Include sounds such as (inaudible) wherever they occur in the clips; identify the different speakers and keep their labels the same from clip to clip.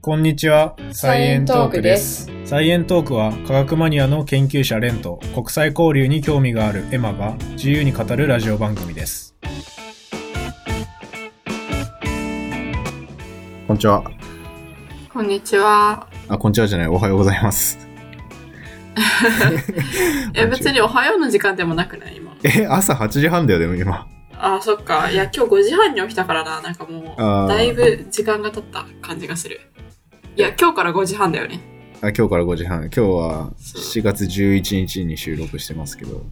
Speaker 1: こんにちは、
Speaker 2: サイエントークです。
Speaker 1: サイエントークは科学マニアの研究者レンと国際交流に興味があるエマが自由に語るラジオ番組です。こんにちは。
Speaker 2: こんにちは。
Speaker 1: あ、こんにちはじゃない、おはようございます。
Speaker 2: え、別におはようの時間でもなくない今。
Speaker 1: え、朝8時半だよ、でも今。
Speaker 2: あー、そっか。いや、今日5時半に起きたからな。なんかもう、
Speaker 1: あー
Speaker 2: だいぶ時間が経った感じがする。いや、今日から5時半だよね。
Speaker 1: あ今日から5時半。今日は
Speaker 2: そう
Speaker 1: 7月11日に収録してますけど、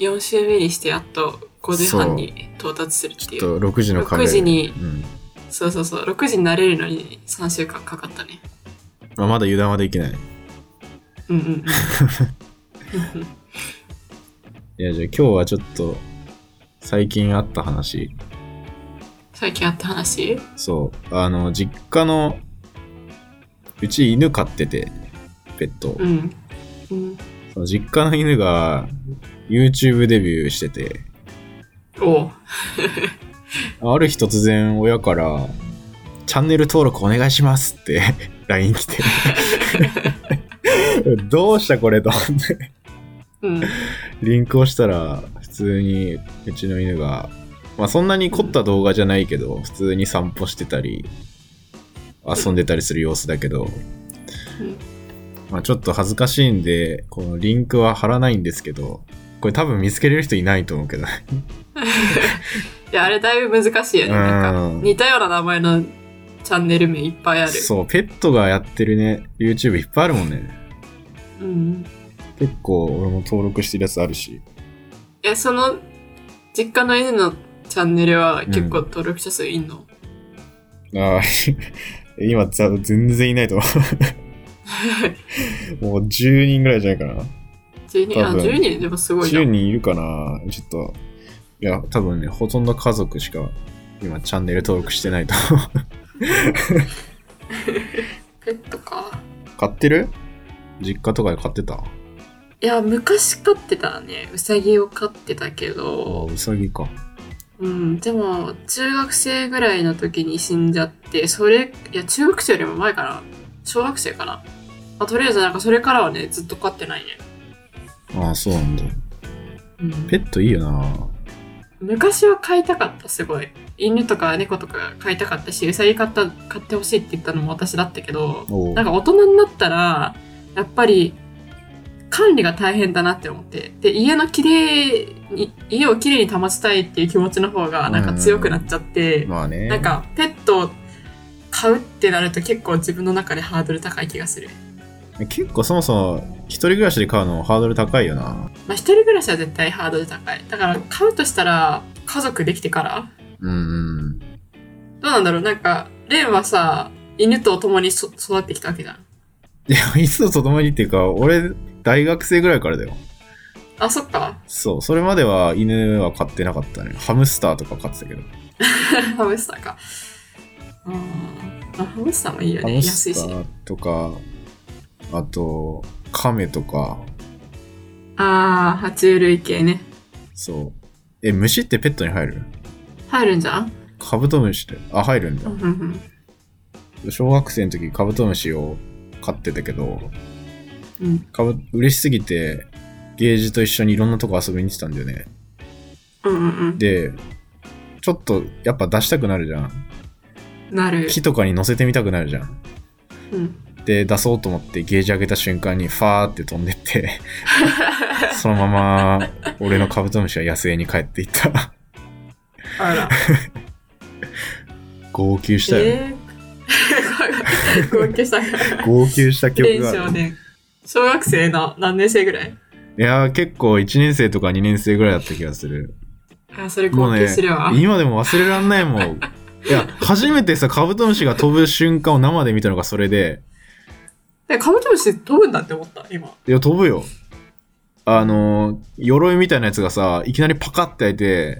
Speaker 2: 4週目にしてやっと5時半に到達するってい
Speaker 1: ち
Speaker 2: う。
Speaker 1: ょっと6時の壁。
Speaker 2: 6時に
Speaker 1: うん。
Speaker 2: そうそうそう。6時になれるのに3週間かかったね。
Speaker 1: まあ、まだ油断はできない。
Speaker 2: うんうんうん。
Speaker 1: いや、じゃあ今日はちょっと、最近あった話。
Speaker 2: 最近あった話
Speaker 1: そう。あの、実家の、うち犬飼ってて、ペットを
Speaker 2: うん。うん。
Speaker 1: その実家の犬が、YouTube デビューしてて、
Speaker 2: おう
Speaker 1: ある日突然親から、チャンネル登録お願いしますって、LINE (laughs)
Speaker 2: (laughs)
Speaker 1: 来て。どうしたこれと思って。
Speaker 2: うん。
Speaker 1: リンクをしたら、普通に、うちの犬が、まあそんなに凝った動画じゃないけど、普通に散歩してたり、遊んでたりする様子だけど、
Speaker 2: うん
Speaker 1: まあ、ちょっと恥ずかしいんで、このリンクは貼らないんですけど、これ多分見つけれる人いないと思うけどね。
Speaker 2: いや、あれだいぶ難しいよね。なん
Speaker 1: うん
Speaker 2: か、似たような名前のチャンネル名いっぱいある。
Speaker 1: そう、ペットがやってるね、YouTube いっぱいあるもんね。
Speaker 2: うん。
Speaker 1: 結構俺も登録してるやつあるし。
Speaker 2: え、その、実家の犬のチャンネルは結構登録者数いんの、
Speaker 1: ああ、 (laughs) 今ざ全然いないと思
Speaker 2: (laughs)
Speaker 1: う。もう10人ぐらいじゃないかな。
Speaker 2: ?10 人あ、
Speaker 1: 多分
Speaker 2: 10人でもすごい
Speaker 1: 10
Speaker 2: な。
Speaker 1: 人いるかなちょっと。いや、多分ね、ほとんど家族しか今チャンネル登録してないと (laughs) 思う。
Speaker 2: ペットか。
Speaker 1: 買ってる実家とかで買ってた
Speaker 2: いや、昔飼ってたね。うさぎを飼ってたけ
Speaker 1: あ、
Speaker 2: ど、
Speaker 1: うさぎか。
Speaker 2: うん、でも、中学生ぐらいの時に死んじゃって、それ、いや、中学生よりも前かな。小学生かな。まあ、とりあえずなんかそれからはね、ずっと飼ってないね。
Speaker 1: ああ、そうなんだ。
Speaker 2: うん、
Speaker 1: ペットいいよな
Speaker 2: 昔は飼いたかったすごい犬とか猫とか飼いたかったしウサギ飼った飼ってほしいって言ったのも私だったけど
Speaker 1: おう
Speaker 2: なんか大人になったらやっぱり管理が大変だなって思ってで家のきれいに家をきれいに保ちたいっていう気持ちの方がなんか強くなっちゃって
Speaker 1: まあね。
Speaker 2: なんかペットを飼うってなると結構自分の中でハードル高い気がする
Speaker 1: 結構そもそも一人暮らしで買うのハードル高いよな
Speaker 2: まあ一人暮らしは絶対ハードル高いだから飼うとしたら家族できてから
Speaker 1: うんうん。
Speaker 2: どうなんだろうなんか、レンはさ、犬と共にそ育ってきたわけじゃん。
Speaker 1: いや、いつのとともにっていうか、俺、大学生ぐらいからだよ。
Speaker 2: あ、そっか。
Speaker 1: そう、それまでは犬は飼ってなかったね。ハムスターとか飼ってたけど。
Speaker 2: (laughs) ハムスターか。うん。あハムスターもいいよ
Speaker 1: ハ
Speaker 2: ね。
Speaker 1: ムス
Speaker 2: 安い
Speaker 1: タ
Speaker 2: しね。
Speaker 1: ーとか、あと、カメとか、
Speaker 2: あー、爬虫類系ね。
Speaker 1: そう。え、虫ってペットに入る
Speaker 2: 入るんじゃん
Speaker 1: カブトムシって、あ、入るん
Speaker 2: う
Speaker 1: だ
Speaker 2: ん。うん
Speaker 1: 小学生の時カブトムシを飼ってたけど、
Speaker 2: うん。うん
Speaker 1: カブ、嬉しすぎて、ゲージと一緒にいろんなとこ遊びに行ってたんだよね。
Speaker 2: うんうん
Speaker 1: で、ちょっとやっぱ出したくなるじゃん。
Speaker 2: うん。なる。
Speaker 1: 木とかに乗せてみたくなるじゃん。
Speaker 2: うん。
Speaker 1: で、出そうと思ってゲージ上げた瞬間にファーって飛んで
Speaker 2: (laughs)
Speaker 1: って、そのまま俺のカブトムシは野生に帰っていった。
Speaker 2: あら。
Speaker 1: 号泣したよ。
Speaker 2: えー。 (laughs) ごめんなさい。
Speaker 1: 号泣した記
Speaker 2: テ
Speaker 1: 憶
Speaker 2: ンシ
Speaker 1: が
Speaker 2: ョ
Speaker 1: ある。
Speaker 2: ンね。小学生の何年生ぐらい
Speaker 1: いやー結構1年生とか2年生ぐらいだった気がする。
Speaker 2: あ、それ
Speaker 1: も
Speaker 2: 号
Speaker 1: う
Speaker 2: 泣
Speaker 1: ね
Speaker 2: するわ。、
Speaker 1: 今でも忘れらんないもん。いや、初めてさ、カブトムシが飛ぶ瞬間を生で見たのがそれで、
Speaker 2: えカブトムシ飛ぶんだって思った、今。
Speaker 1: いや、飛ぶよ。あのー、鎧みたいなやつがさ、いきなりパカって開いて、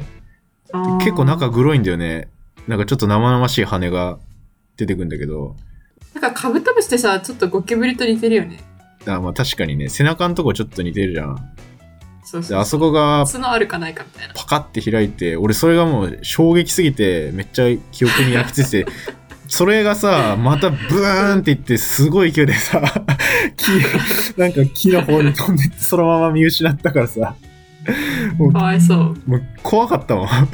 Speaker 1: 結構
Speaker 2: か
Speaker 1: 中黒いんだよね。なんかちょっと生々しい羽が出てくんだけど、
Speaker 2: なんかカブトムシってさ、ちょっとゴキブリと似てるよね。
Speaker 1: あまあ確かにね、背中のとこちょっと似てるじゃん。
Speaker 2: そう
Speaker 1: で、
Speaker 2: そう。
Speaker 1: あそこが
Speaker 2: 角あるかないかみたいな。
Speaker 1: パカって開いて、俺それがもう衝撃すぎて、めっちゃ記憶に焼き付いて、 (laughs) それがさ、またブーンっていって、すごい勢いでさ、 (laughs) 木、なんか木の方に飛んでって、そのまま見失ったからさ、
Speaker 2: かわいそう。
Speaker 1: もう怖かったもん。か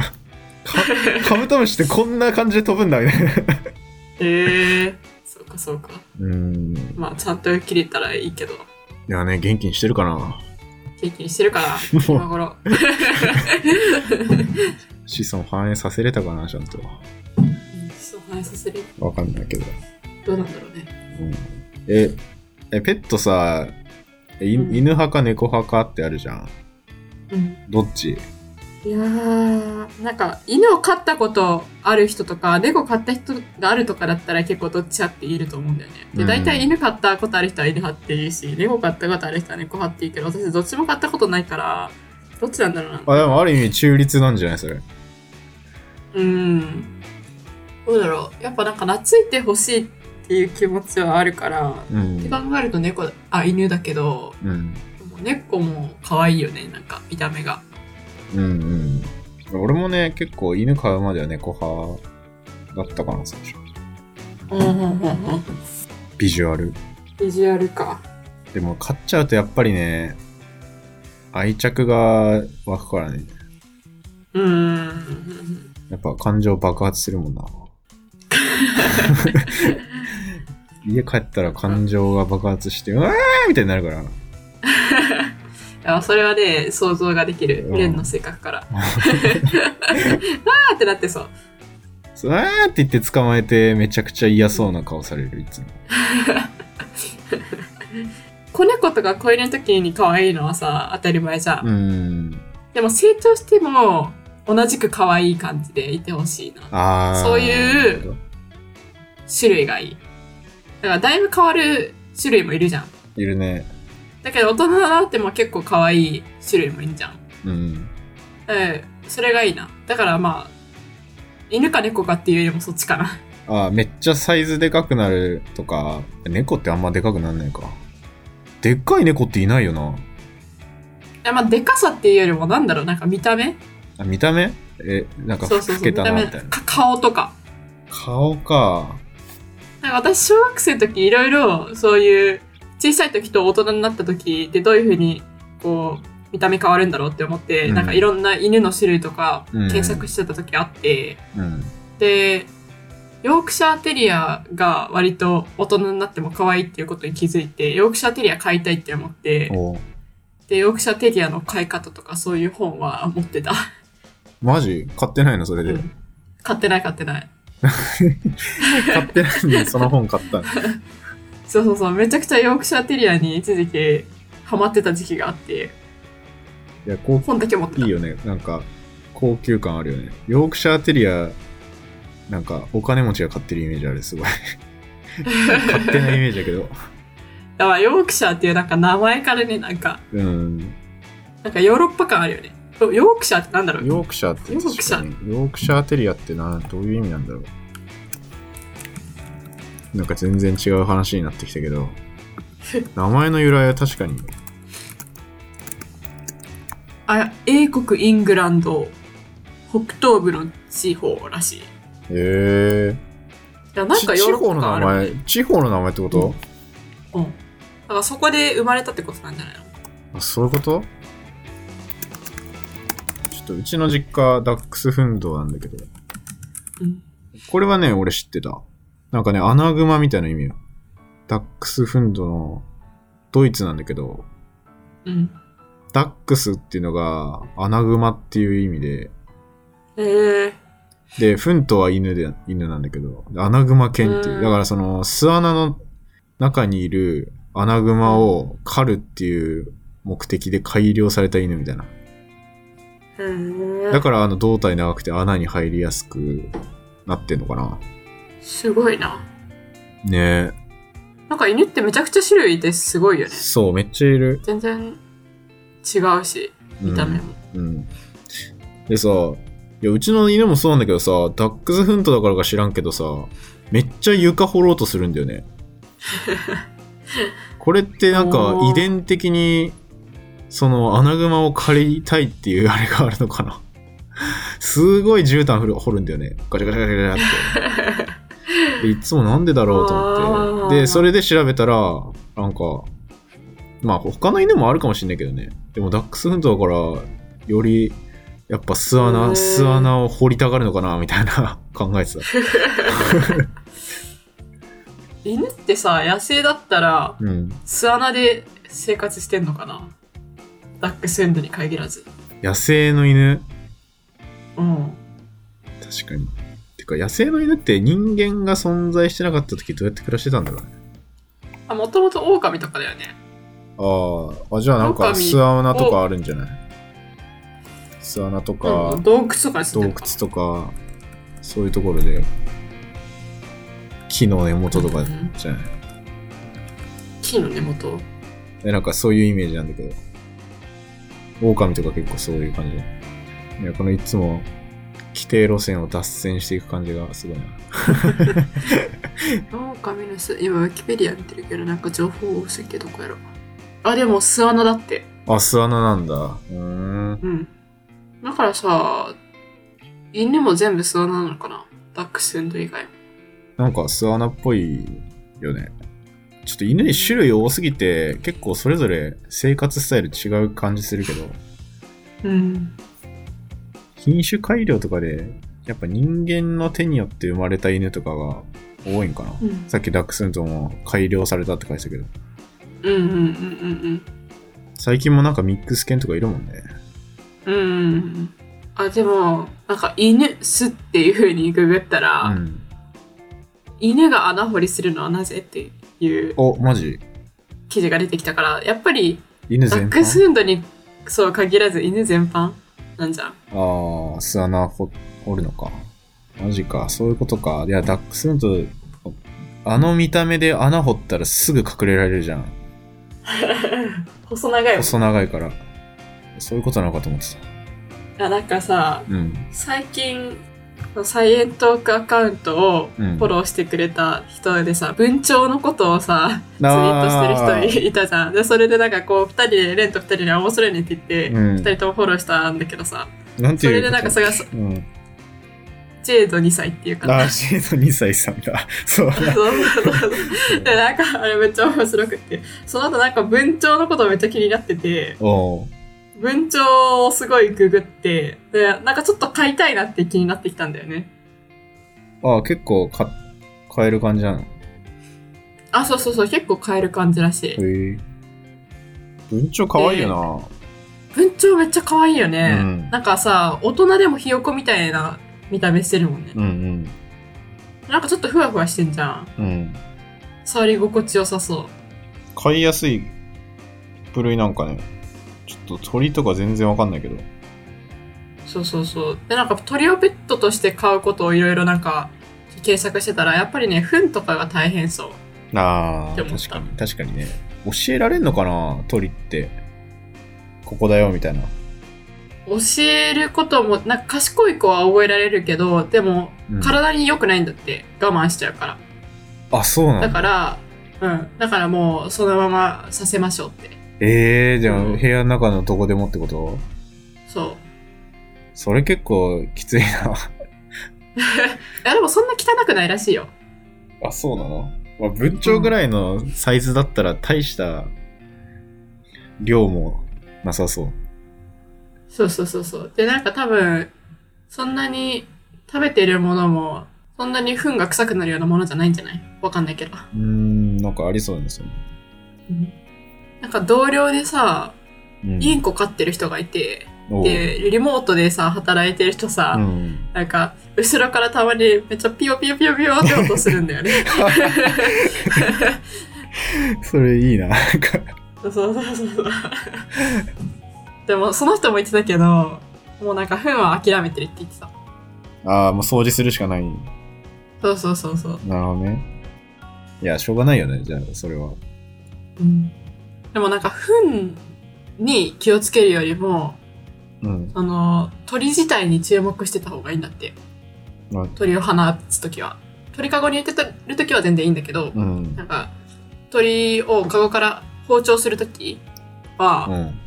Speaker 1: カブトムシってこんな感じで飛ぶんだみたいな。
Speaker 2: えー、そうかそうか。
Speaker 1: うん。い
Speaker 2: まあ、ちゃんと切れたらいいけど、
Speaker 1: やね、元気にしてるかな。
Speaker 2: 経験してるから、
Speaker 1: (laughs) も
Speaker 2: 今頃。
Speaker 1: う、子孫反映させれたかな、ちゃんと。
Speaker 2: そう、反映させる。
Speaker 1: わかんないけど。
Speaker 2: どうなんだろうね。
Speaker 1: うんえ、え、ペットさ、えい
Speaker 2: うん
Speaker 1: 犬派か猫派かってあるじゃん。
Speaker 2: うん。
Speaker 1: どっち
Speaker 2: いやー、なんか、犬を飼ったことある人とか、猫飼った人があるとかだったら結構どっちやって言えると思うんだよね。
Speaker 1: う
Speaker 2: で、
Speaker 1: ん
Speaker 2: 大体犬飼ったことある人は犬派って言うし、猫飼ったことある人は猫派って言うけど、私どっちも飼ったことないから、どっちなんだろうな。
Speaker 1: あ、でもある意味中立なんじゃないそれ。
Speaker 2: うん。どうだろう。やっぱなんか懐いてほしいっていう気持ちはあるから、
Speaker 1: う
Speaker 2: って
Speaker 1: ん
Speaker 2: 考。えると猫だ、あ、犬だけど、
Speaker 1: うん。
Speaker 2: でも猫も可愛いよね、なんか見た目が。
Speaker 1: うんうん。俺もね、結構犬飼うまでは猫派だったかな、最初。
Speaker 2: うんうんうんうん。
Speaker 1: ビジュアル。
Speaker 2: ビジュアルか。
Speaker 1: でも飼っちゃうとやっぱりね、愛着が湧くからね。
Speaker 2: うーん。
Speaker 1: やっぱ感情爆発する (laughs) もんな。家帰ったら感情が爆発して、うわーみたいになるから。
Speaker 2: いやそれはね、想像ができる
Speaker 1: う。ん
Speaker 2: レンの性格から。 (laughs) わーってなってそう。
Speaker 1: そうあーって言って捕まえてめちゃくちゃ嫌そうな顔されるいつも。
Speaker 2: 子猫とか子犬の時に可愛いのはさ、当たり前じゃん。
Speaker 1: うーん。
Speaker 2: でも成長しても、同じく可愛い感じでいてほしいな。
Speaker 1: あー。
Speaker 2: そういう。種類がいい。だからだいぶ変わる種類もいるじゃん。
Speaker 1: いるね。
Speaker 2: だけど大人になっても結構可愛い種類もいいんじゃん。
Speaker 1: うん。
Speaker 2: うん。それがいいな。だからまあ、犬か猫かっていうよりもそっちかな。
Speaker 1: あーめっちゃサイズでかくなるとか、猫ってあんまでかくなんないか。でっかい猫っていないよな。
Speaker 2: いやまあ、でかさっていうよりも、なんだろう、なんか見た目
Speaker 1: あ見た目え、なんか
Speaker 2: そ
Speaker 1: 老
Speaker 2: うそうそう、
Speaker 1: け
Speaker 2: 見
Speaker 1: た
Speaker 2: た
Speaker 1: な
Speaker 2: 目、
Speaker 1: みたいな。
Speaker 2: か顔とか。
Speaker 1: 顔か。
Speaker 2: なんか私、小学生の時、いろいろ、そういう、小さい時と大人になった時でどういうふうに、こう、見た目変わるんだろうって思って、
Speaker 1: うん
Speaker 2: なんかいろんな犬の種類とか、
Speaker 1: うん
Speaker 2: 検索してた時あって、
Speaker 1: うん。
Speaker 2: で、ヨークシャーテリアが割と大人になっても可愛いっていうことに気づいて、ヨークシャーテリア飼いたいって思って、
Speaker 1: おう
Speaker 2: で、ヨークシャーテリアの飼い方とかそういう本は持ってた。
Speaker 1: マジ買ってないのそれで。
Speaker 2: うん買ってない買ってない。
Speaker 1: 買ってないのにその本買ったの。
Speaker 2: そうそうそう、めちゃくちゃヨークシャーテリアに一時期ハマってた時期があって、
Speaker 1: いや、高
Speaker 2: 本だけ持って
Speaker 1: い
Speaker 2: た。
Speaker 1: いよね。なんか、高級感あるよね。ヨークシャーテリア、なんか、お金持ちが買ってるイメージある、す
Speaker 2: (laughs)
Speaker 1: ごい。勝手なイメージだけど。
Speaker 2: だからヨークシャーっていうなんか名前からね、なんか、
Speaker 1: うん。
Speaker 2: なんかヨーロッパ感あるよね。ヨヨークシャーってなんだろう
Speaker 1: ヨークシャーって
Speaker 2: ヨークシャー
Speaker 1: 確かにヨークシャーテリアってな、どういう意味なんだろう。なんか全然違う話になってきたけ
Speaker 2: (laughs)
Speaker 1: ど、名前の由来は確かに、
Speaker 2: あ、英国、イングランド、北東部の地方らしい。い
Speaker 1: えー、
Speaker 2: や、なんか
Speaker 1: ち
Speaker 2: ヨー
Speaker 1: 地
Speaker 2: ロ
Speaker 1: 方
Speaker 2: ッパ
Speaker 1: の
Speaker 2: 感あ
Speaker 1: 名
Speaker 2: る。
Speaker 1: 前、地方の名前ってこと、
Speaker 2: うん。だからそこで生まれたってことなんじゃないの
Speaker 1: あそういうことちょっとうちの実家、ダックスフンドなんだけど、
Speaker 2: うん。
Speaker 1: これはね、俺知ってた。なんかね、アナグマみたいな意味よ。ダックスフンドのドイツなんだけど、
Speaker 2: うん。
Speaker 1: ダックスっていうのがアナグマっていう意味で、
Speaker 2: えー、
Speaker 1: で、フントは犬で、犬なんだけど、アナグマ犬っていうう。
Speaker 2: ん
Speaker 1: だからその巣穴の中にいるアナグマを狩るっていう目的で改良された犬みたいな。
Speaker 2: えー
Speaker 1: だからあの胴体長くて穴に入りやすくなってんのかな。
Speaker 2: すごいな。
Speaker 1: ね
Speaker 2: なんか犬ってめちゃくちゃ種類いてすごいよ
Speaker 1: え。
Speaker 2: ね。
Speaker 1: そう、めっちゃいる。
Speaker 2: 全然違うし、見た目も。
Speaker 1: うん。でさ、いや、うちの犬もそうなんだけどさ、ダックスフントだからか知らんけどさ、めっちゃ床掘ろうとするんだよ
Speaker 2: (laughs)
Speaker 1: ね。これってなんか
Speaker 2: おー
Speaker 1: 遺伝的に、その穴熊を借りたいっていうあれがあるのかな。すごい絨毯掘る掘るんだよね。ガチャガチャガチャガチャって。でいつもなんでだろうと思っ
Speaker 2: あ
Speaker 1: て。
Speaker 2: ー
Speaker 1: で、それで調べたら、なんか、まあ他の犬もあるかもしんないけどね。でもダックスフントだから、より、やっぱ巣
Speaker 2: へ
Speaker 1: 穴、
Speaker 2: ー
Speaker 1: 巣穴を掘りたがるのかな、みたいな (laughs) 考えてた。
Speaker 2: 犬ってさ、野生だったら、
Speaker 1: うん。
Speaker 2: 巣穴で生活してんのかなダックスフンドに限らず。
Speaker 1: 野生の犬
Speaker 2: うん。
Speaker 1: 確かに。てか、野生の犬って人間が存在してなかった時どうやって暮らしてたんだろうね。
Speaker 2: あ、もともと狼とかだよね。
Speaker 1: あーあ、じゃあなんか
Speaker 2: 狼
Speaker 1: 巣穴とかあるんじゃない巣穴とか、
Speaker 2: うん、洞窟とかに
Speaker 1: 洞
Speaker 2: 住
Speaker 1: 窟
Speaker 2: んでるのか
Speaker 1: とかそういうところで木の根元とか
Speaker 2: うん
Speaker 1: じゃない、
Speaker 2: 木の根元。
Speaker 1: でなんかそういうイメージなんだけど狼とか結構そういう感じいやこのいつも規定路線を脱線していく感じがすごいな
Speaker 2: 狼の巣、今ウィキペディア見てるけど、なんか情報多すぎてどこやろ。あ、でも巣穴だって。
Speaker 1: あ巣穴なんだうーん
Speaker 2: うん。だからさ、犬も全部巣穴なのかなダックスフンド以外も。
Speaker 1: なんか巣穴っぽいよねちょっと犬に種類多すぎて結構それぞれ生活スタイル違う感じするけど
Speaker 2: うん。
Speaker 1: 品種改良とかで、やっぱ人間の手によって生まれた犬とかが多いんかな。
Speaker 2: うん。
Speaker 1: さっきダックスントンも改良されたって書いてたけど、
Speaker 2: うんうんうん
Speaker 1: 最近もなんかミックス犬とかいるもんね。
Speaker 2: うんうん。うんうんうん。あ、でも、なんか犬、巣っていう風にググったら、
Speaker 1: うん。
Speaker 2: 犬が穴掘りするのはなぜっていう
Speaker 1: お、マジ
Speaker 2: 記事が出てきたから、やっぱり
Speaker 1: 犬
Speaker 2: ダ
Speaker 1: 全
Speaker 2: ックス
Speaker 1: 般
Speaker 2: フンドにそう限らず犬全般なんじゃん。
Speaker 1: ああ、巣穴掘掘るのか。マジか、そういうことか。いや、ダックスントン、あの見た目で穴掘ったらすぐ隠れられるじゃん。
Speaker 2: 細長いもん
Speaker 1: 細長いから。そういうことなのかと思ってた。
Speaker 2: あなんかさ、
Speaker 1: うん。
Speaker 2: 最近、サイエントークアカウントをフ
Speaker 1: うん
Speaker 2: ォローしてくれた人でさ、文鳥のことをさ、ツイートしてる人いたじゃん。で、それでなんかこう、二人で、レンと二人で面白いねって言って、
Speaker 1: うん
Speaker 2: 二人ともフォローしたんだけどさ、
Speaker 1: 人なんて
Speaker 2: そ
Speaker 1: いう
Speaker 2: れでなんか
Speaker 1: こと
Speaker 2: それが、ジ
Speaker 1: うん。
Speaker 2: ェード2歳っていうかな。
Speaker 1: あー、シード2歳さんだ。 (laughs) そう。
Speaker 2: (laughs) そうそうそうそうでなんかあれめっちゃ面白くってその後なんか文鳥のことめっちゃ気になってて
Speaker 1: おう
Speaker 2: 文鳥をすごいググってでなんかちょっと飼いたいなって気になってきたんだよね
Speaker 1: ああ、結構か、変える感じなの。へ
Speaker 2: あそうそうそう結構飼える感じらしい
Speaker 1: え。文鳥可愛いよ
Speaker 2: 文鳥めっちゃ可愛いよね、
Speaker 1: うん
Speaker 2: なんかさ大人でもひよこみたいな見た目してるもんね
Speaker 1: な。うん
Speaker 2: なんかちょっとふわふわしてんじゃん
Speaker 1: うん。うん。
Speaker 2: 触り心地よさそう
Speaker 1: 飼いやすい部類なんかね。ちょっと鳥とか全然わかんないけど。
Speaker 2: そうそうそう。で、なんか鳥をペットとして飼うことをいろいろなんか検索してたら、やっぱりね、糞とかが大変そう。
Speaker 1: ああ、
Speaker 2: でも
Speaker 1: 確かに。確かにね。教えられんのかな鳥って。ここだよ、みたいな。
Speaker 2: 教えることも、なんか賢い子は覚えられるけど、でも
Speaker 1: うん
Speaker 2: 体に良くないんだって、我慢しちゃうから。
Speaker 1: あ、そうなんだ。
Speaker 2: だから、うん。だからもうそのままさせましょうって。
Speaker 1: ええー、じゃあ、
Speaker 2: うん
Speaker 1: 部屋の中のどこでもってこと
Speaker 2: そう。
Speaker 1: それ結構きついな。 (laughs)
Speaker 2: いやでもそんな汚くないらしいよ。
Speaker 1: あ、そうなの、まあ、文鳥ぐらいのサイズだったら大した量もなさそう。
Speaker 2: そうそうそうそう。で、なんか多分、そんなに食べてるものも、そんなに糞が臭くなるようなものじゃないんじゃないわかんないけど。
Speaker 1: うーん、なんかありそうなんですよね。
Speaker 2: なんか同僚でさ、
Speaker 1: うん、
Speaker 2: インコ飼ってる人がいて、
Speaker 1: おう
Speaker 2: で、リモートでさ、働いてる人さ、
Speaker 1: うん、
Speaker 2: なんか、後ろからたまにめっちゃピヨピヨピヨピヨって音するんだよ
Speaker 1: (laughs)
Speaker 2: ね。
Speaker 1: それいいな。なんか
Speaker 2: そうそうそうそう。でも、その人も言ってたけど、もうなんか、糞は諦めてるって言ってた。
Speaker 1: ああ、もう掃除するしかない。
Speaker 2: そうそうそうそう。
Speaker 1: なるほどね。いや、しょうがないよね、じゃあ、それは。
Speaker 2: うん、でもなんか、糞に気をつけるよりも、
Speaker 1: うん。
Speaker 2: あの、鳥自体に注目してた方がいいんだって。
Speaker 1: あ
Speaker 2: 鳥を放つときは。鳥かごに入れてるときは全然いいんだけど、
Speaker 1: うん。
Speaker 2: なんか、鳥をカゴから包丁するとき
Speaker 1: う
Speaker 2: は、
Speaker 1: ん。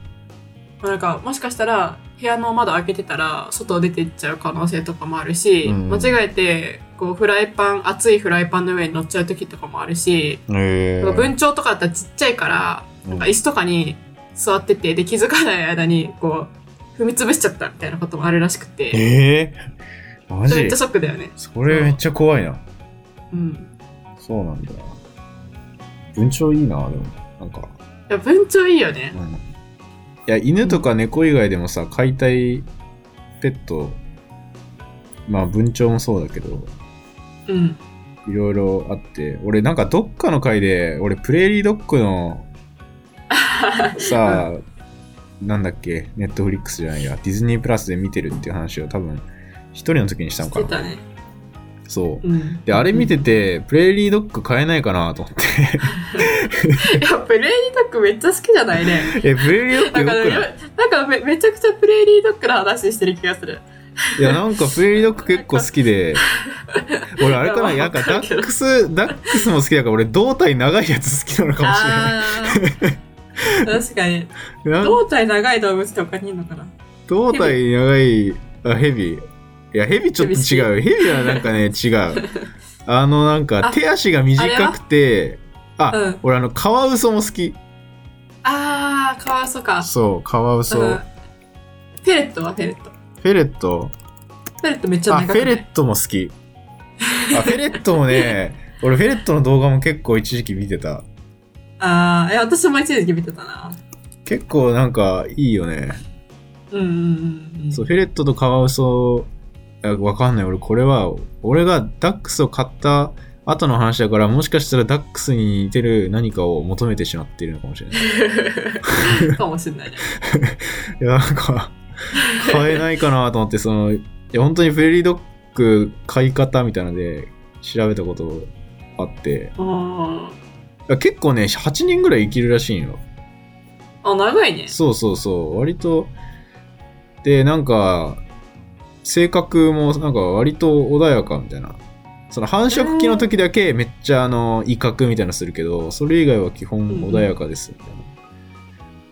Speaker 2: なんか、もしかしたら、部屋の窓開けてたら外出ていっちゃう可能性とかもあるし、
Speaker 1: うん
Speaker 2: 間違えてこうフライパン熱いフライパンの上に乗っちゃう時とかもあるし、
Speaker 1: え
Speaker 2: なんか文鳥とかだったらちっちゃいからなんか椅子とかに座っててで気づかない間にこう踏み潰しちゃったみたいなこともあるらしくて
Speaker 1: えー、マ
Speaker 2: そ
Speaker 1: ジ
Speaker 2: れめっちゃショックだよね。
Speaker 1: それめっちゃ怖いな。
Speaker 2: うん、
Speaker 1: そうなんだ。文鳥いいな、でも。なんか。
Speaker 2: いや文鳥いいよね。
Speaker 1: うん、いや、犬とか猫以外でもさ、飼いたいペット、まあ文鳥もそうだけど、
Speaker 2: うん、
Speaker 1: いろいろあって、俺なんかどっかの回で、俺プレーリードッグのさあ、
Speaker 2: (laughs)
Speaker 1: なんだっけ、ネットフリックスじゃないや、ディズニープラスで見てるっていう話を多分、一人の時にしたの
Speaker 2: し
Speaker 1: か
Speaker 2: て
Speaker 1: な。
Speaker 2: たね。
Speaker 1: そう。
Speaker 2: うん、
Speaker 1: で、あれ見てて、プレーリードッグ買えないかなと
Speaker 2: (laughs)
Speaker 1: 思って。
Speaker 2: いやプレーリードッグめっちゃ好きじゃないね。
Speaker 1: え、プレーリードッグ
Speaker 2: な
Speaker 1: (laughs) よ
Speaker 2: ん
Speaker 1: く
Speaker 2: かね
Speaker 1: ない
Speaker 2: なんかめめちゃくちゃプレーリードッグの話してる気がする。
Speaker 1: いや、なんかプレーリードッグ結構好き
Speaker 2: (laughs)
Speaker 1: で、俺あれかな、なんかダックス、ダックスも好きだから、俺胴体長いやつ好きなのかもしれない。
Speaker 2: あー確
Speaker 1: (laughs)
Speaker 2: かに。
Speaker 1: なん
Speaker 2: 胴体長い動物とかにいるのかな
Speaker 1: 胴体長い、あ、ヘビ。いや、ヘビちょっと違う。ヘビはなんか
Speaker 2: (laughs)
Speaker 1: ね、違う。あの、なんか
Speaker 2: あ
Speaker 1: 手足が短くて、あ、
Speaker 2: うん
Speaker 1: 俺あの、カワウソも好き。
Speaker 2: あー、カワウソか。
Speaker 1: そう、カワウソ。
Speaker 2: うんペレットはペレット。
Speaker 1: フェレット。
Speaker 2: ペレットめっちゃ
Speaker 1: あ、
Speaker 2: 長
Speaker 1: フ
Speaker 2: くない
Speaker 1: ェレットも好
Speaker 2: (laughs)
Speaker 1: き。あ、フェレットもね、俺フェレットの動画も結構一時期見てた。
Speaker 2: あー、いや、私も一時期見てたな。
Speaker 1: 結構なんかいいよね。
Speaker 2: うんうんうんうん。
Speaker 1: そう、フェレットとカワウソ、あわかんない。俺、これは、俺がダックスを買った後の話だから、もしかしたらダックスに似てる何かを求めてしまっているのかもしれない。い
Speaker 2: (laughs) かもしれないね。
Speaker 1: や、なんか、買えないかなと思って、その、いや、本当にフェリードッグ買い方みたいなので、調べたことあって、
Speaker 2: あ
Speaker 1: いや結構ね、8人ぐらい生きるらしいんよ。
Speaker 2: あ、長いね。
Speaker 1: そうそうそう、割と、で、なんか、性格もなんか割と穏やかみたいな。その繁殖期の時だけめっちゃあの威嚇みたいなのするけど、それ以外は基本穏やかです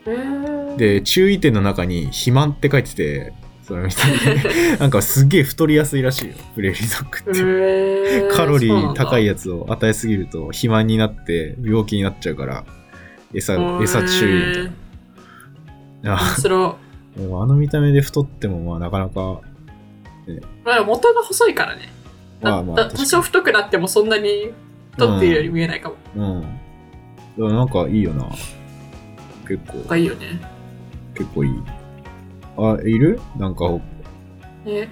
Speaker 1: みたい
Speaker 2: へー
Speaker 1: な。で、注意点の中に肥満って書いてて、それみた (laughs) いに、なんかすげえ太りやすいらしいよ、フレリドッグ
Speaker 2: へ
Speaker 1: って。
Speaker 2: ー
Speaker 1: カロリー高い
Speaker 2: や
Speaker 1: やつを与えすぎると肥満になって病気になっちゃうから、餌、餌注意みたい
Speaker 2: い
Speaker 1: な。
Speaker 2: 面白
Speaker 1: でもあの見た目で太ってもまあなかなか
Speaker 2: い。まあ、元が細いからね。
Speaker 1: まあまあ
Speaker 2: だ
Speaker 1: 確か
Speaker 2: 多
Speaker 1: に
Speaker 2: 少太くなってもそんなに太っているように見えないかも。
Speaker 1: うんでもなんかいいよな結構
Speaker 2: がいいよね。
Speaker 1: 結構いいあいるなんか
Speaker 2: ね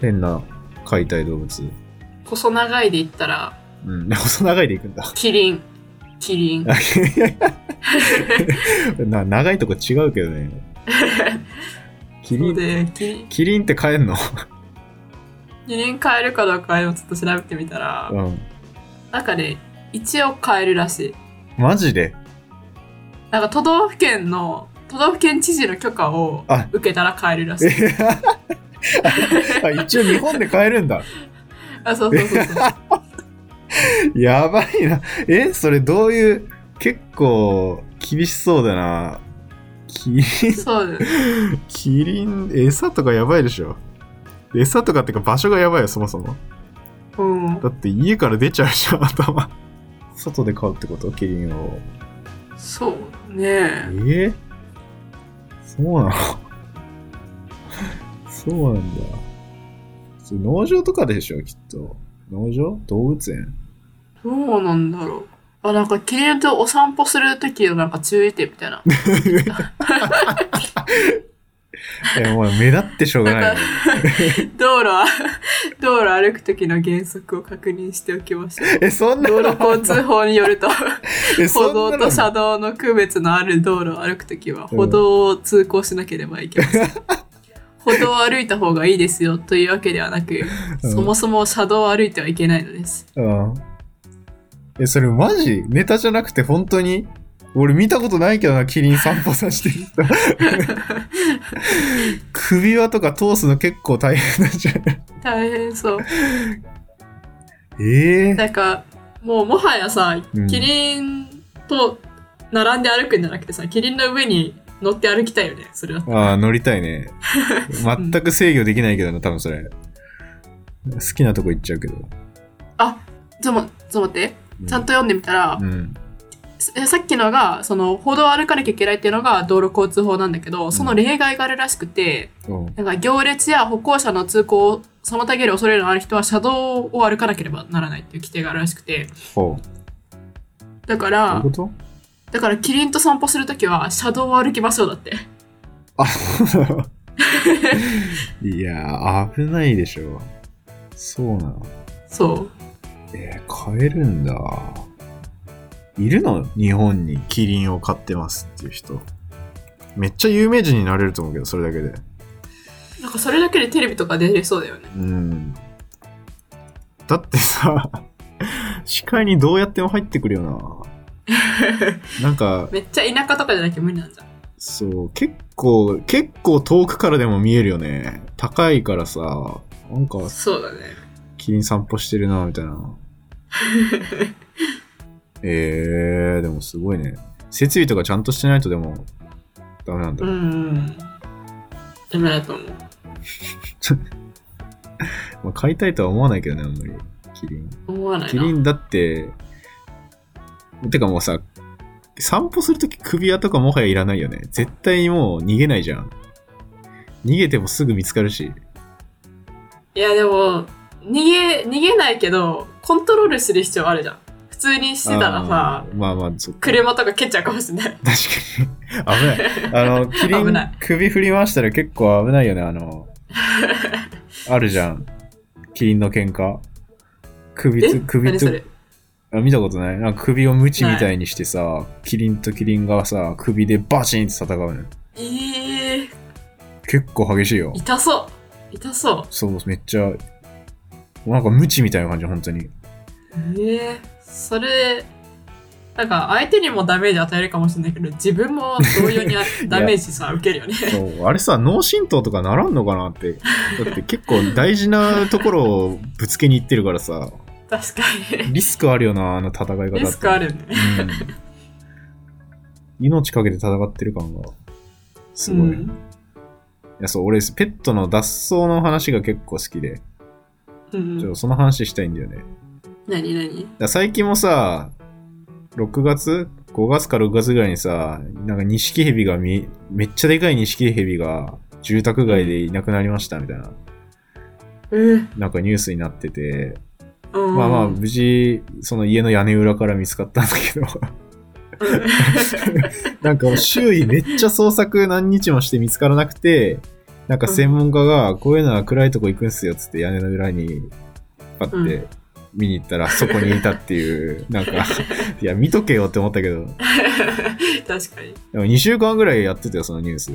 Speaker 1: 変な飼いたい動物
Speaker 2: 細長いで言ったら、
Speaker 1: うん細長いでいくんだ (laughs)
Speaker 2: キリン。キリン。
Speaker 1: な長いとこ違うけど
Speaker 2: (laughs)
Speaker 1: ねキリ
Speaker 2: の
Speaker 1: ン
Speaker 2: で、キリン。
Speaker 1: キリンって飼えんの
Speaker 2: キリン買えるかどうかをちょっと調べてみたら、
Speaker 1: うん
Speaker 2: なんかね、一応買えるらしい。
Speaker 1: マジ
Speaker 2: (laughs)
Speaker 1: で
Speaker 2: なんか都道府県の、都道府県知事の許可を
Speaker 1: あ
Speaker 2: 受けたら買えるらし
Speaker 1: え
Speaker 2: い。
Speaker 1: あ一応日本で飼えるんだ
Speaker 2: あ、そうそうそうそう。
Speaker 1: やばいな。え、それどういう、結構厳しそうだな。キリン、
Speaker 2: そうだよね
Speaker 1: キリン、餌とかやばいでしょ。餌とかってか場所がやばいよ、そもそも。
Speaker 2: うん。
Speaker 1: だって家から出ちゃうじゃん、頭。外で飼うってことキリンを。
Speaker 2: そう
Speaker 1: え
Speaker 2: ね。
Speaker 1: ーそうなのそうなんだ。それ農場とかでしょ、きっと。農場動物園
Speaker 2: どうなんだろう。あ、なんかキリンとお散歩するときのなんか注意点みたいな。
Speaker 1: いや、もう目立ってしょうがないよね。
Speaker 2: (laughs) 道路は、 (laughs) 道路歩くときの原則を確認しておきましょう。
Speaker 1: え、そんな
Speaker 2: 道
Speaker 1: の
Speaker 2: 路交通法によると、
Speaker 1: え
Speaker 2: 歩
Speaker 1: そん
Speaker 2: 道
Speaker 1: なの
Speaker 2: と車道の区別のある道路を歩くときは、歩道を通行しなければいけま
Speaker 1: (laughs)
Speaker 2: せん。歩道を歩いた方がいいですよというわけではなく、
Speaker 1: うん
Speaker 2: そもそも車道を歩いてはいけないのです。
Speaker 1: うん。え、それマジネタじゃなくて本当に俺見たことないけどな、キリン散歩させてる
Speaker 2: (laughs)
Speaker 1: 人。首輪とか通すの結構大変なんじゃない
Speaker 2: 大変そう。
Speaker 1: ええ
Speaker 2: なんか、もうもはやさ
Speaker 1: うん、
Speaker 2: キリンと並んで歩くんじゃなくてさ、キリンの上に乗って歩きたいよね、それだったら
Speaker 1: ああ、乗りたいね。全く制御できないけどな、多分それ。好きなとこ行っちゃうけど。
Speaker 2: ちょっと待って、ちょっと待って。ちゃんと読んでみたら、
Speaker 1: うん。
Speaker 2: えさっきのが、その、歩道を歩かなきゃいけないっていうのが道路交通法なんだけど、その例外があるらしくて、
Speaker 1: うん。
Speaker 2: なんか行列や歩行者の通行を妨げる恐れのある人は車道を歩かなければならないっていう規定があるらしくて、
Speaker 1: ほう。ど
Speaker 2: だか
Speaker 1: ういう
Speaker 2: ら
Speaker 1: こ、
Speaker 2: (laughs)
Speaker 1: と
Speaker 2: だからキリンと散歩するときは車道を歩きましょうだって。
Speaker 1: あいやー、危ないでしょ。そうなの。
Speaker 2: そう。
Speaker 1: えー、買えるんだ。いるの日本にキリンを飼ってますっていう人。めっちゃ有名人になれると思うけど、それだけで。
Speaker 2: なんかそれだけでテレビとか出れそうだよね。
Speaker 1: うん。だってさ、 (laughs) 視界にどうやっても入ってくるよな。なんか、
Speaker 2: めっちゃ田舎とかじゃなきゃ無理なんじゃん。
Speaker 1: そう、結構、結構遠くからでも見えるよね。高いからさ、なんか
Speaker 2: そうだね。
Speaker 1: キリン散歩してるな、みたい
Speaker 2: (laughs)
Speaker 1: な。えー、でもすごいね。設備とかちゃんとしてないとでも、ダメなんだ。
Speaker 2: うん。ダメだと思う。
Speaker 1: まあ、買いたいとは思わないけどね、あんまり。キリン。
Speaker 2: 思わない
Speaker 1: キ
Speaker 2: な。
Speaker 1: リンだって、てかもうさ、散歩するとき首輪とかもはやいらないよね。絶対にもう逃げないじゃん。逃げてもすぐ見つかるし。
Speaker 2: いやでも、逃げ、逃げないけど、コントロールする必要あるじゃん。普通にしてたらさ
Speaker 1: あ、ーまあまあ、そっか
Speaker 2: 車とか蹴っちゃうかもしれない。
Speaker 1: 確かに。危ない。
Speaker 2: (laughs)
Speaker 1: あの、キリ
Speaker 2: 危
Speaker 1: ン
Speaker 2: ない、
Speaker 1: 首振り回したら結構危ないよね、あ
Speaker 2: (laughs)
Speaker 1: の、あるじゃん。キリンの喧嘩。首
Speaker 2: え
Speaker 1: つ、首
Speaker 2: 何そ
Speaker 1: と
Speaker 2: れ、
Speaker 1: あ見たことないなんか首をムチみたいにしてさ、キリンとキリンがさ、首でバチンって戦うのよ。
Speaker 2: えー、
Speaker 1: 結構激しいよ。
Speaker 2: 痛そう。痛そ
Speaker 1: そう、めっちゃ、なんかムチみたいな感じ、本当に。
Speaker 2: う。ええー、それ、なんか相手にもダメージ与えるかもしれないけど、自分も同
Speaker 1: (laughs)
Speaker 2: 様にあダメージさ、受けるよね。
Speaker 1: そうあれさ、脳震盪とかならんのかなって。だって結構大事なところをぶつけに行ってるからさ、
Speaker 2: 確かに。
Speaker 1: リスクあるよな、あの戦い方って。
Speaker 2: リスクあるよね。
Speaker 1: うん、命かけて戦ってる感がすごい,、
Speaker 2: う
Speaker 1: い
Speaker 2: ん
Speaker 1: やそう俺ペットの脱走の話が結構好きで
Speaker 2: うん
Speaker 1: ちょっとその話したいんだよね、だか
Speaker 2: 何何
Speaker 1: ら最近もさ6月5月か6月ぐらいにさなんか錦蛇がみめっちゃでかい錦蛇が住宅街でいなくなりましたみたいな
Speaker 2: えー、
Speaker 1: なんかニュースになってて、
Speaker 2: うん
Speaker 1: まあまあ
Speaker 2: うん (laughs)
Speaker 1: 無事その家の屋根裏から見つかったんだけどなんか周囲めっちゃ捜索何日もして見つからなくて、なんか専門家が、こういうのは暗いとこ行くんすよっつって屋根の裏に、パ
Speaker 2: う
Speaker 1: っ
Speaker 2: ん
Speaker 1: て見に行ったらそこにいたっていう、なんか、 (laughs) いや見とけよって思ったけど、
Speaker 2: 確かに。
Speaker 1: でも2週間ぐらいやってたよ、そのニュース。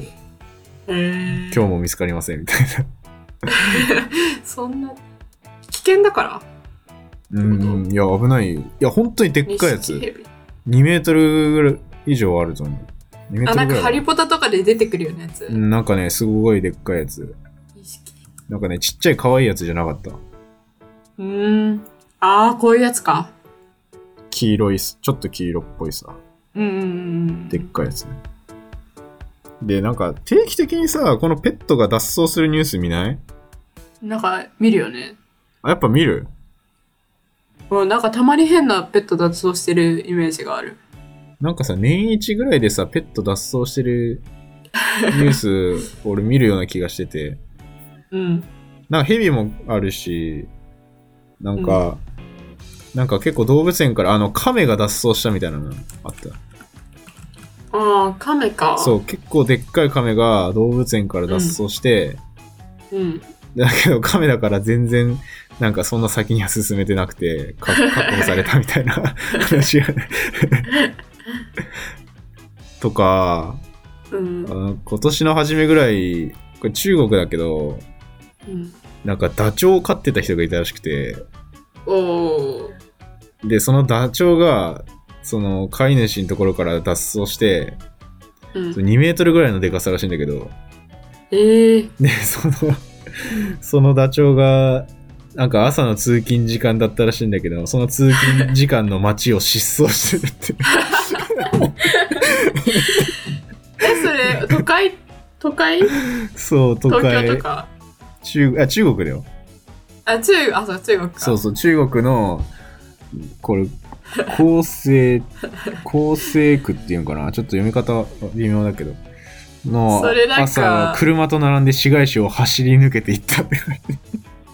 Speaker 2: えー、
Speaker 1: 今日も見つかりませんみたいな。
Speaker 2: そんな、危険だから。
Speaker 1: うん、いや危ない。いや本当にでっかいやつ
Speaker 2: 錦。蛇
Speaker 1: 2メートルぐらい以上あると思う。2メー
Speaker 2: あ、
Speaker 1: ト
Speaker 2: な
Speaker 1: ルぐ
Speaker 2: んから
Speaker 1: い
Speaker 2: ハリポタとかで出てくるようなやつ。
Speaker 1: うんなんかね、すごいでっかいやつ。
Speaker 2: 錦蛇
Speaker 1: なんかね、ちっちゃい可愛いやつじゃなかった。
Speaker 2: うーん。ああ、こういうやつか。
Speaker 1: 黄色いす、ちょっと黄色っぽいさ。
Speaker 2: うんうんうん。
Speaker 1: でっかいやつね。で、なんか定期的にさ、このペットが脱走するニュース見ない
Speaker 2: なんか見るよね。
Speaker 1: あ、やっぱ見る
Speaker 2: うん、なんかたまに変なペット脱走してるイメージがある。
Speaker 1: なんかさ、年一ぐらいでさ、ペット脱走してるニュース、 (laughs) 俺見るような気がしてて。
Speaker 2: うん。
Speaker 1: なんかヘビもあるし、なんか、なんか結構動物園から、あの、亀が脱走したみたいなのあった。
Speaker 2: ああ、カメか。
Speaker 1: そう、結構でっかい亀が動物園から脱走して、
Speaker 2: う。うん。
Speaker 1: だけど亀だから全然、なんかそんな先には進めてなくて、か確保されたみたいな話が。 (laughs) とか、
Speaker 2: うん
Speaker 1: あ。の今年の初めぐらい、これ中国だけど、
Speaker 2: うん、
Speaker 1: なんかダチョウを飼ってた人がいたらしくて、
Speaker 2: おお。
Speaker 1: で、そのダチョウが、その飼い主のところから脱走して、
Speaker 2: う
Speaker 1: そ
Speaker 2: ん。
Speaker 1: の2メートルぐらいのでかさらしいんだけど、
Speaker 2: ええー。
Speaker 1: で (laughs) そのそのダチョウがなんか朝の通勤時間だったらしいんだけどその通勤時
Speaker 2: (laughs)
Speaker 1: 間の街を失踪してるって
Speaker 2: え、
Speaker 1: (laughs)
Speaker 2: それ、都会、都会
Speaker 1: そう、都会。
Speaker 2: 東京とか。
Speaker 1: 中あ中国だよ。
Speaker 2: あ、中国、あ、そう、中国か。
Speaker 1: そうそう、中国の、これ、厚生、厚生区っていうのかな。ちょっと読み方微妙だけど。の
Speaker 2: それなんか
Speaker 1: 朝、車と並んで市街地を走り抜けていったって。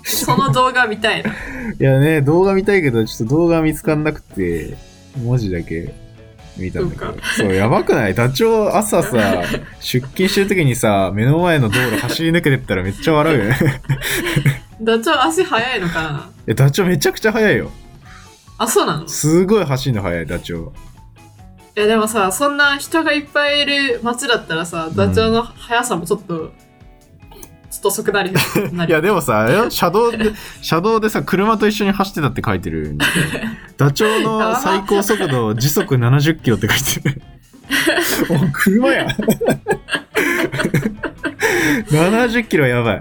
Speaker 2: その動画みたいな。
Speaker 1: いやね、動画見たいけど、ちょっと動画見つかんなくて、文字だけ見たんだけ
Speaker 2: そ
Speaker 1: ど
Speaker 2: う。
Speaker 1: そう、やばくないダチョウ朝 (laughs) さ、出勤してる時にさ、目の前の道路走り抜けてったらめっちゃ笑 (laughs) うよね。
Speaker 2: ダチョウ足速いのかな
Speaker 1: え、ダチョウめちゃくちゃ速いよ。
Speaker 2: あ、そうなの
Speaker 1: すごい走るの速い、ダチョウ。
Speaker 2: いやでもさ、そんな人がいっぱいいる街だったらさ、ダチョウの速さもちょっと、ちょっと遅くなり、ないり
Speaker 1: や、でもさ、あれよ車 (laughs) 道で、車道でさ、車と一緒に走ってたって書いてるんだけ (laughs) どダチョウの最高速度、時速70キロって書いてる。 (laughs) お車 (laughs) や70キロやばい。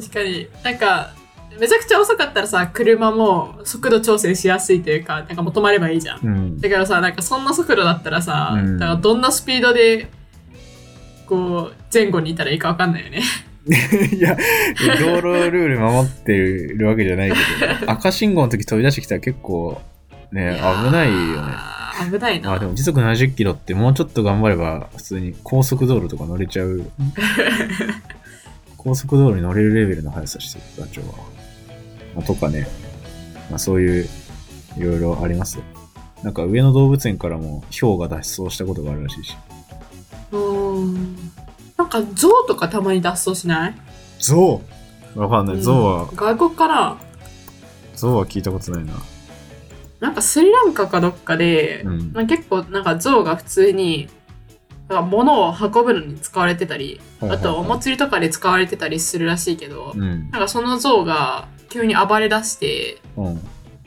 Speaker 2: 確かに。なんか、めちゃくちゃ遅かったらさ、車も速度調整しやすいというか、なんかもう止まればいいじゃん。
Speaker 1: うん。
Speaker 2: だからさ、なんかそんな速度だったらさ、
Speaker 1: うん
Speaker 2: だからどんなスピードで、こう、前後にいたらいいかわかんないよね。
Speaker 1: (laughs) いや、道路ルール守ってるわけじゃない (laughs) けど、赤信号の時飛び出してきたら結構、ね、危ないよね。
Speaker 2: あー。危ない
Speaker 1: まあ
Speaker 2: な。
Speaker 1: でも時速70キロってもうちょっと頑張れば普通に高速道路とか乗れちゃ (laughs) う高速道路に乗れるレベルの速さしてるダチョウは、まあとかね、まあ、そういういろいろありますよなんか上野動物園からも氷が脱走したことがあるらしいし
Speaker 2: うーん。なんか象とかたまに脱走しない
Speaker 1: ゾウわかんないゾウは
Speaker 2: うん外国かな
Speaker 1: ゾウは聞いたことないな
Speaker 2: なんかスリランカかどっかで、
Speaker 1: うん
Speaker 2: まあ、結構なんか象が普通になんか物を運ぶのに使われてたり、
Speaker 1: はいはいはい
Speaker 2: あとお祭りとかで使われてたりするらしいけど、
Speaker 1: うん
Speaker 2: なんかその象が急に暴れ出して
Speaker 1: うん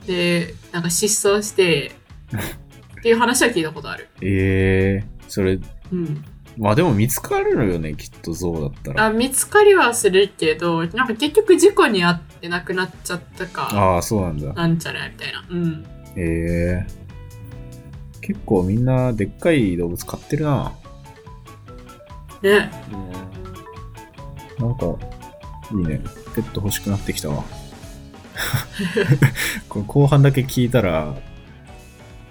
Speaker 2: でなんか失踪して
Speaker 1: (laughs)
Speaker 2: っていう話は聞いたことある、
Speaker 1: ええそれ
Speaker 2: うん、
Speaker 1: まあでも見つかるのよねきっとゾウだったら
Speaker 2: あ見つかりはするけどなんか結局事故に遭って亡くなっちゃったか
Speaker 1: ああそうなんだ
Speaker 2: なんちゃらみたいなうん
Speaker 1: へえ結構みんなでっかい動物飼ってるな。
Speaker 2: ね
Speaker 1: なんか、いいね。ペット欲しくなってきたわ。 (laughs) これ後半だけ聞いたら、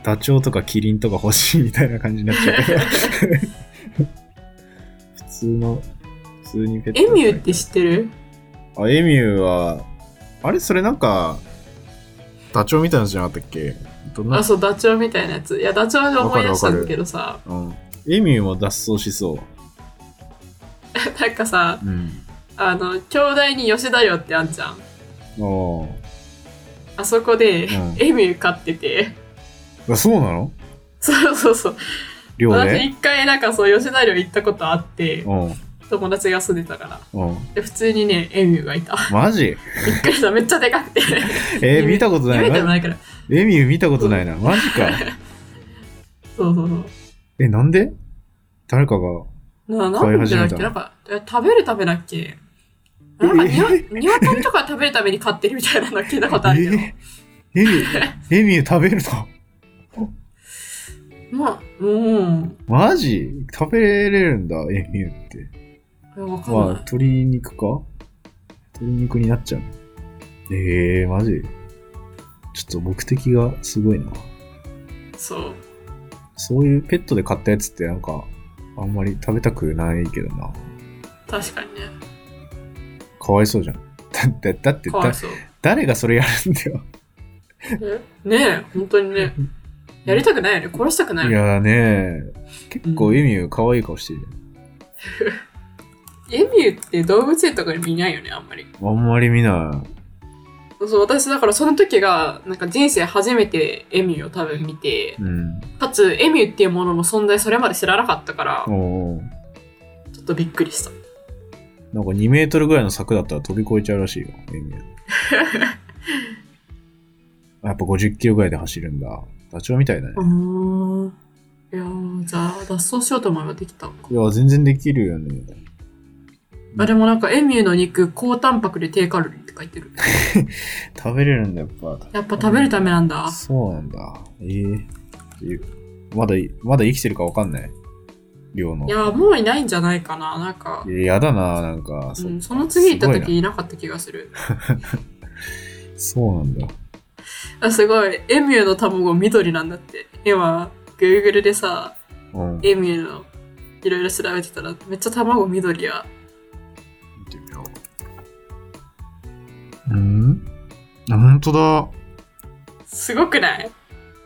Speaker 1: ダチョウとかキリンとか欲しいみたいな感じになっ
Speaker 2: (laughs)
Speaker 1: ちゃうけど。普通の、普通にペット。
Speaker 2: エミューって知ってる
Speaker 1: あ、エミューは、あれそれなんか、ダチョウみたいなやつじゃなかったっけどんな
Speaker 2: あ、そう、ダチョウみたいなやつ。いや、ダチョウで思い出したんだけどさ、 (laughs)
Speaker 1: うん。エミューも脱走しそ
Speaker 2: なんかさ、
Speaker 1: う。うん。
Speaker 2: あの、兄弟に吉田寮ってあんじゃん。
Speaker 1: ああ。
Speaker 2: あそこで、
Speaker 1: うん
Speaker 2: エミュー飼ってて、 (laughs)
Speaker 1: あそうなの
Speaker 2: そうそうそう。
Speaker 1: 寮
Speaker 2: 私
Speaker 1: で
Speaker 2: 一回なんかそう、吉田寮行ったことあって、
Speaker 1: うん。
Speaker 2: 友達が住んでたから。
Speaker 1: うん。
Speaker 2: で、普通にね、エミューがい
Speaker 1: (laughs)
Speaker 2: た。
Speaker 1: マジ
Speaker 2: びっくりした。めっちゃでかくて。
Speaker 1: えー見たことない
Speaker 2: 夢でも
Speaker 1: な。
Speaker 2: ないから。
Speaker 1: エミュー見たことないな。マジか。
Speaker 2: そうそうそう。
Speaker 1: え、なんで誰かが。
Speaker 2: な
Speaker 1: 飼い
Speaker 2: なん
Speaker 1: 始
Speaker 2: で
Speaker 1: めた
Speaker 2: だっけなんか、え食べるためだっけなんか、
Speaker 1: え
Speaker 2: ニワ鶏とか食べるために飼ってるみたいなの聞いたことあるけど。
Speaker 1: えー、エミュー、エミュー食べるの
Speaker 2: まあ、うん。
Speaker 1: マジ食べれるんだ、エミューって。
Speaker 2: いやわかん
Speaker 1: まあ、
Speaker 2: ない。
Speaker 1: 鶏肉か鶏肉になっちゃうの。えー、マジちょっと目的がすごいな。
Speaker 2: そう。
Speaker 1: そういうペットで買ったやつってなんか、あんまり食べたくないけどな。
Speaker 2: 確かにね。
Speaker 1: かわいそうじゃん。だって、だって、
Speaker 2: かわ
Speaker 1: だ
Speaker 2: いそう。
Speaker 1: 誰がそれやるんだよ。
Speaker 2: (laughs) ねえ、本当にね。やりたくないよね。殺したくない
Speaker 1: い
Speaker 2: よね。
Speaker 1: やーねー結構エミュー可愛い顔してるじ
Speaker 2: エミューって動物園とかに見ないよね、あんまり。
Speaker 1: ゃん。あんまり見な
Speaker 2: そう、私だからその時が、なんか人生初めてエミューを多分見て
Speaker 1: い。、うん。
Speaker 2: かつエミューっていうものの存在それまで知らなかったから、
Speaker 1: おー
Speaker 2: ちょっとびっくりした。
Speaker 1: なんか2メートルぐらいの柵だったら飛び越えちゃうらしいよ、エミュー。 (laughs) やっぱ50キロぐらいで走るんだ。ダチョウみたいだね
Speaker 2: う。ーん。いやーじゃあ脱走しようと思えばできたのか。
Speaker 1: いやー、全然できるよね。
Speaker 2: あ、でもなんかエミューの肉、高タンパクで低カロリーって書いてる。
Speaker 1: 食べれるんだ、やっぱ。
Speaker 2: やっぱ食べるためなんだ。
Speaker 1: そうなんだ。ええー。まだい、まだ生きてるかわかんない。量の
Speaker 2: い。や、もういないんじゃないかな。なんか、
Speaker 1: やだな、なんか。
Speaker 2: う
Speaker 1: っ
Speaker 2: ん、
Speaker 1: か
Speaker 2: その次行っ
Speaker 1: す
Speaker 2: た
Speaker 1: ごい
Speaker 2: 時いなかった気がする。
Speaker 1: なそうなんだ。
Speaker 2: あすごい。エミューの卵緑なんだって。今、Google でさ、
Speaker 1: うん。見
Speaker 2: エミューのいろいろ調べてたら、めっちゃ卵緑や。
Speaker 1: てみよう。うんあほんとだ。
Speaker 2: すごくない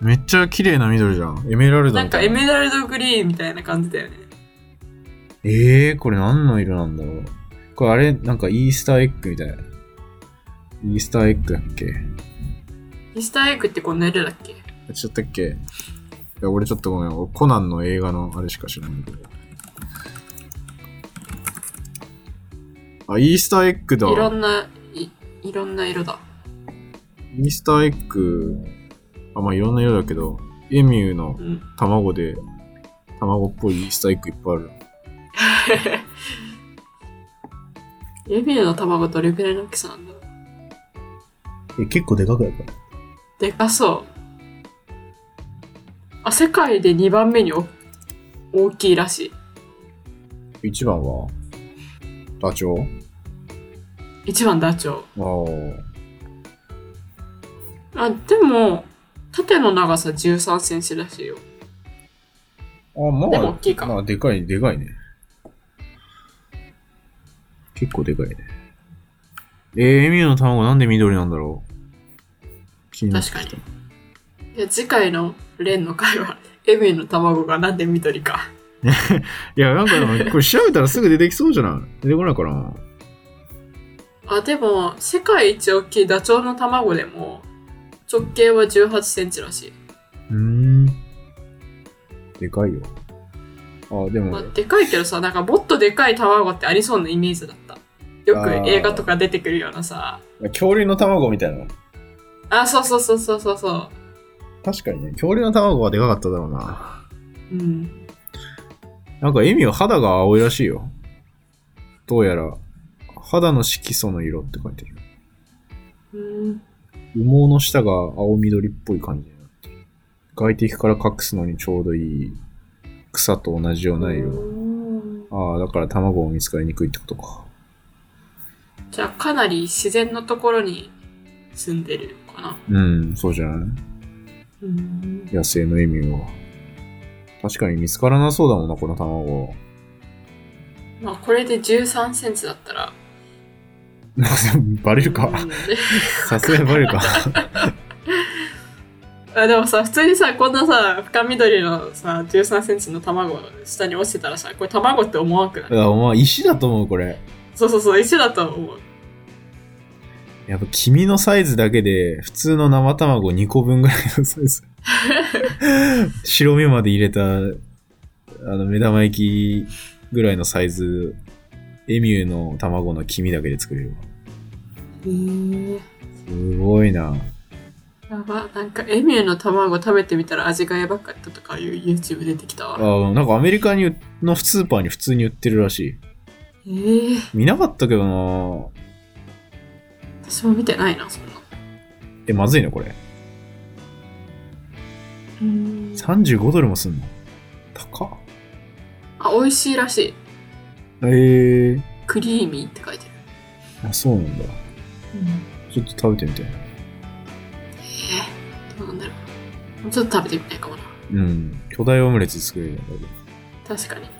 Speaker 1: めっちゃ綺麗な緑じゃん。エメラルド
Speaker 2: なん
Speaker 1: み
Speaker 2: か
Speaker 1: た
Speaker 2: エ
Speaker 1: いな。
Speaker 2: メラルドグリーンみたいな感じだよね。
Speaker 1: えー、これ何の色なんだろう。これあれ、なんかイースターエッグみたいな。イースターエッグだっけ
Speaker 2: イースターエッグってこんな色だっけ
Speaker 1: やっちゃったっけいや、俺ちょっとごめん。俺コナンの映画のあれしか知らないけど。あ、イースターエッグだ。
Speaker 2: いろんな、いいろんな色だ。
Speaker 1: イースターエッグ、あ、まあいろんな色だけど、エミューの
Speaker 2: うん。 (laughs)
Speaker 1: 卵で、卵っぽいイースターエッグいっぱいある。
Speaker 2: エミューの卵どれくらいの大きさなんだろう
Speaker 1: え、結構でかくやから。
Speaker 2: でかそう。あ、世界で2番目にお大きいらしい。
Speaker 1: 一番は、ダチョウ
Speaker 2: 一番ダチョウ。
Speaker 1: あ
Speaker 2: あ、でも、縦の長さ13センチらしいよ。
Speaker 1: あ。あ、まあ、
Speaker 2: でも大きいか
Speaker 1: まあ、でかい、でかいね。結構でかいね。えー、エミューの卵なんで緑なんだろう気になってきた
Speaker 2: 確かいや、次回のレンの回は、 (laughs) エミューの卵がなんで緑か。
Speaker 1: いや、なんかでもこれ調べたらすぐ出てきそうじゃない (laughs) 出てこないかな
Speaker 2: あ、でも、世界一大きいダチョウの卵でも、直径は18センチらしい。
Speaker 1: うーん。でかいよ。あ、で
Speaker 2: ま
Speaker 1: も
Speaker 2: あ、、でかいけどさ、なんかもっとでかい卵ってありそうなイメージだった。よく
Speaker 1: あー
Speaker 2: 映画とか出てくるようなさ。
Speaker 1: 恐竜の卵みたいな。
Speaker 2: あ、そうそうそうそうそうそ
Speaker 1: 確かにね、恐竜の卵はでかかっただろうな。
Speaker 2: う。うん。
Speaker 1: なんかエミは肌が青いらしいよ。どうやら、肌の色素の色って書いてる。
Speaker 2: うん、
Speaker 1: 羽毛の下が青緑っぽい感じになってる。外敵から隠すのにちょうどいい草と同じような色。
Speaker 2: うん
Speaker 1: ああ、だから卵を見つかりにくいってことか。
Speaker 2: じゃあ、かなり自然のところに住んでるかな。
Speaker 1: うん、そうじゃない
Speaker 2: うん。
Speaker 1: 野生のエミューは。確かに見つからなそうだもんな、この卵。
Speaker 2: まあ、これで13センチだったら。
Speaker 1: (laughs) バレる
Speaker 2: う
Speaker 1: か。
Speaker 2: ん
Speaker 1: さすがにバレ (laughs) るか。
Speaker 2: あでもさ普通にさこんなさ深緑のさ1 3センチの卵下に落ちてたらさこれ卵って思わなくな
Speaker 1: い
Speaker 2: い、
Speaker 1: やお前、石だと思う、これ。
Speaker 2: そうそうそう石だと思う
Speaker 1: やっぱ君のサイズだけで、普通の生卵2個分ぐらいのサイズ。白身まで入れた、あの、目玉焼きぐらいのサイズ、エミューの卵の黄身だけで作れるわ。
Speaker 2: へえ
Speaker 1: すごいな。
Speaker 2: やばなんかエミューの卵食べてみたら味がやばかったとかいう YouTube 出てきたわ
Speaker 1: あなんかアメリカにのスーパーに普通に売ってるらしい。
Speaker 2: えー、
Speaker 1: 見なかったけどな
Speaker 2: 私も見てないなそんな
Speaker 1: え、まずいな、これ。
Speaker 2: うん
Speaker 1: 35ドルもすんの高っ。
Speaker 2: あ美味しいらしい
Speaker 1: ええ
Speaker 2: クリーミーって書いてる、
Speaker 1: あ、そうなんだ。
Speaker 2: うん、
Speaker 1: ちょっと食べてみて。
Speaker 2: えー、どうなんだろうもうちょっと食べてみたいかもな
Speaker 1: うん。巨大オムレツ作れるんだけ
Speaker 2: 確かに
Speaker 1: ど。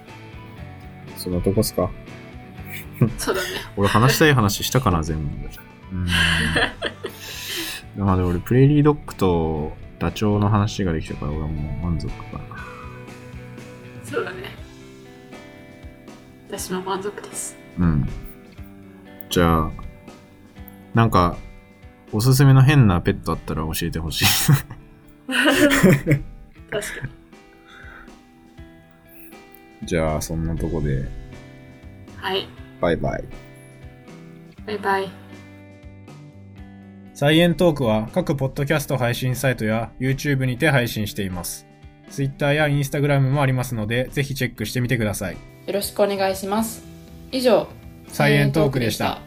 Speaker 1: そんなとこっすか
Speaker 2: そうだね
Speaker 1: 俺話したい話したかな、全部。うん。まあでも俺、プレーリードッグとダチョウの話ができたから、俺はもう満足かな。
Speaker 2: そうだね私も満足です
Speaker 1: うん。じゃあ、なんか、おすすめの変なペットあったら教えてほ (laughs) しい。
Speaker 2: 確かに。
Speaker 1: じゃあ、そんなとこで、
Speaker 2: はい。
Speaker 1: バイバイ。
Speaker 2: バイバイ。
Speaker 1: サイエントークは各ポッドキャスト配信サイトや YouTube にて配信しています。Twitter や Instagram もありますので、ぜひチェックしてみてください。
Speaker 2: よろしくお願いします。以上、
Speaker 1: サイエントークでした。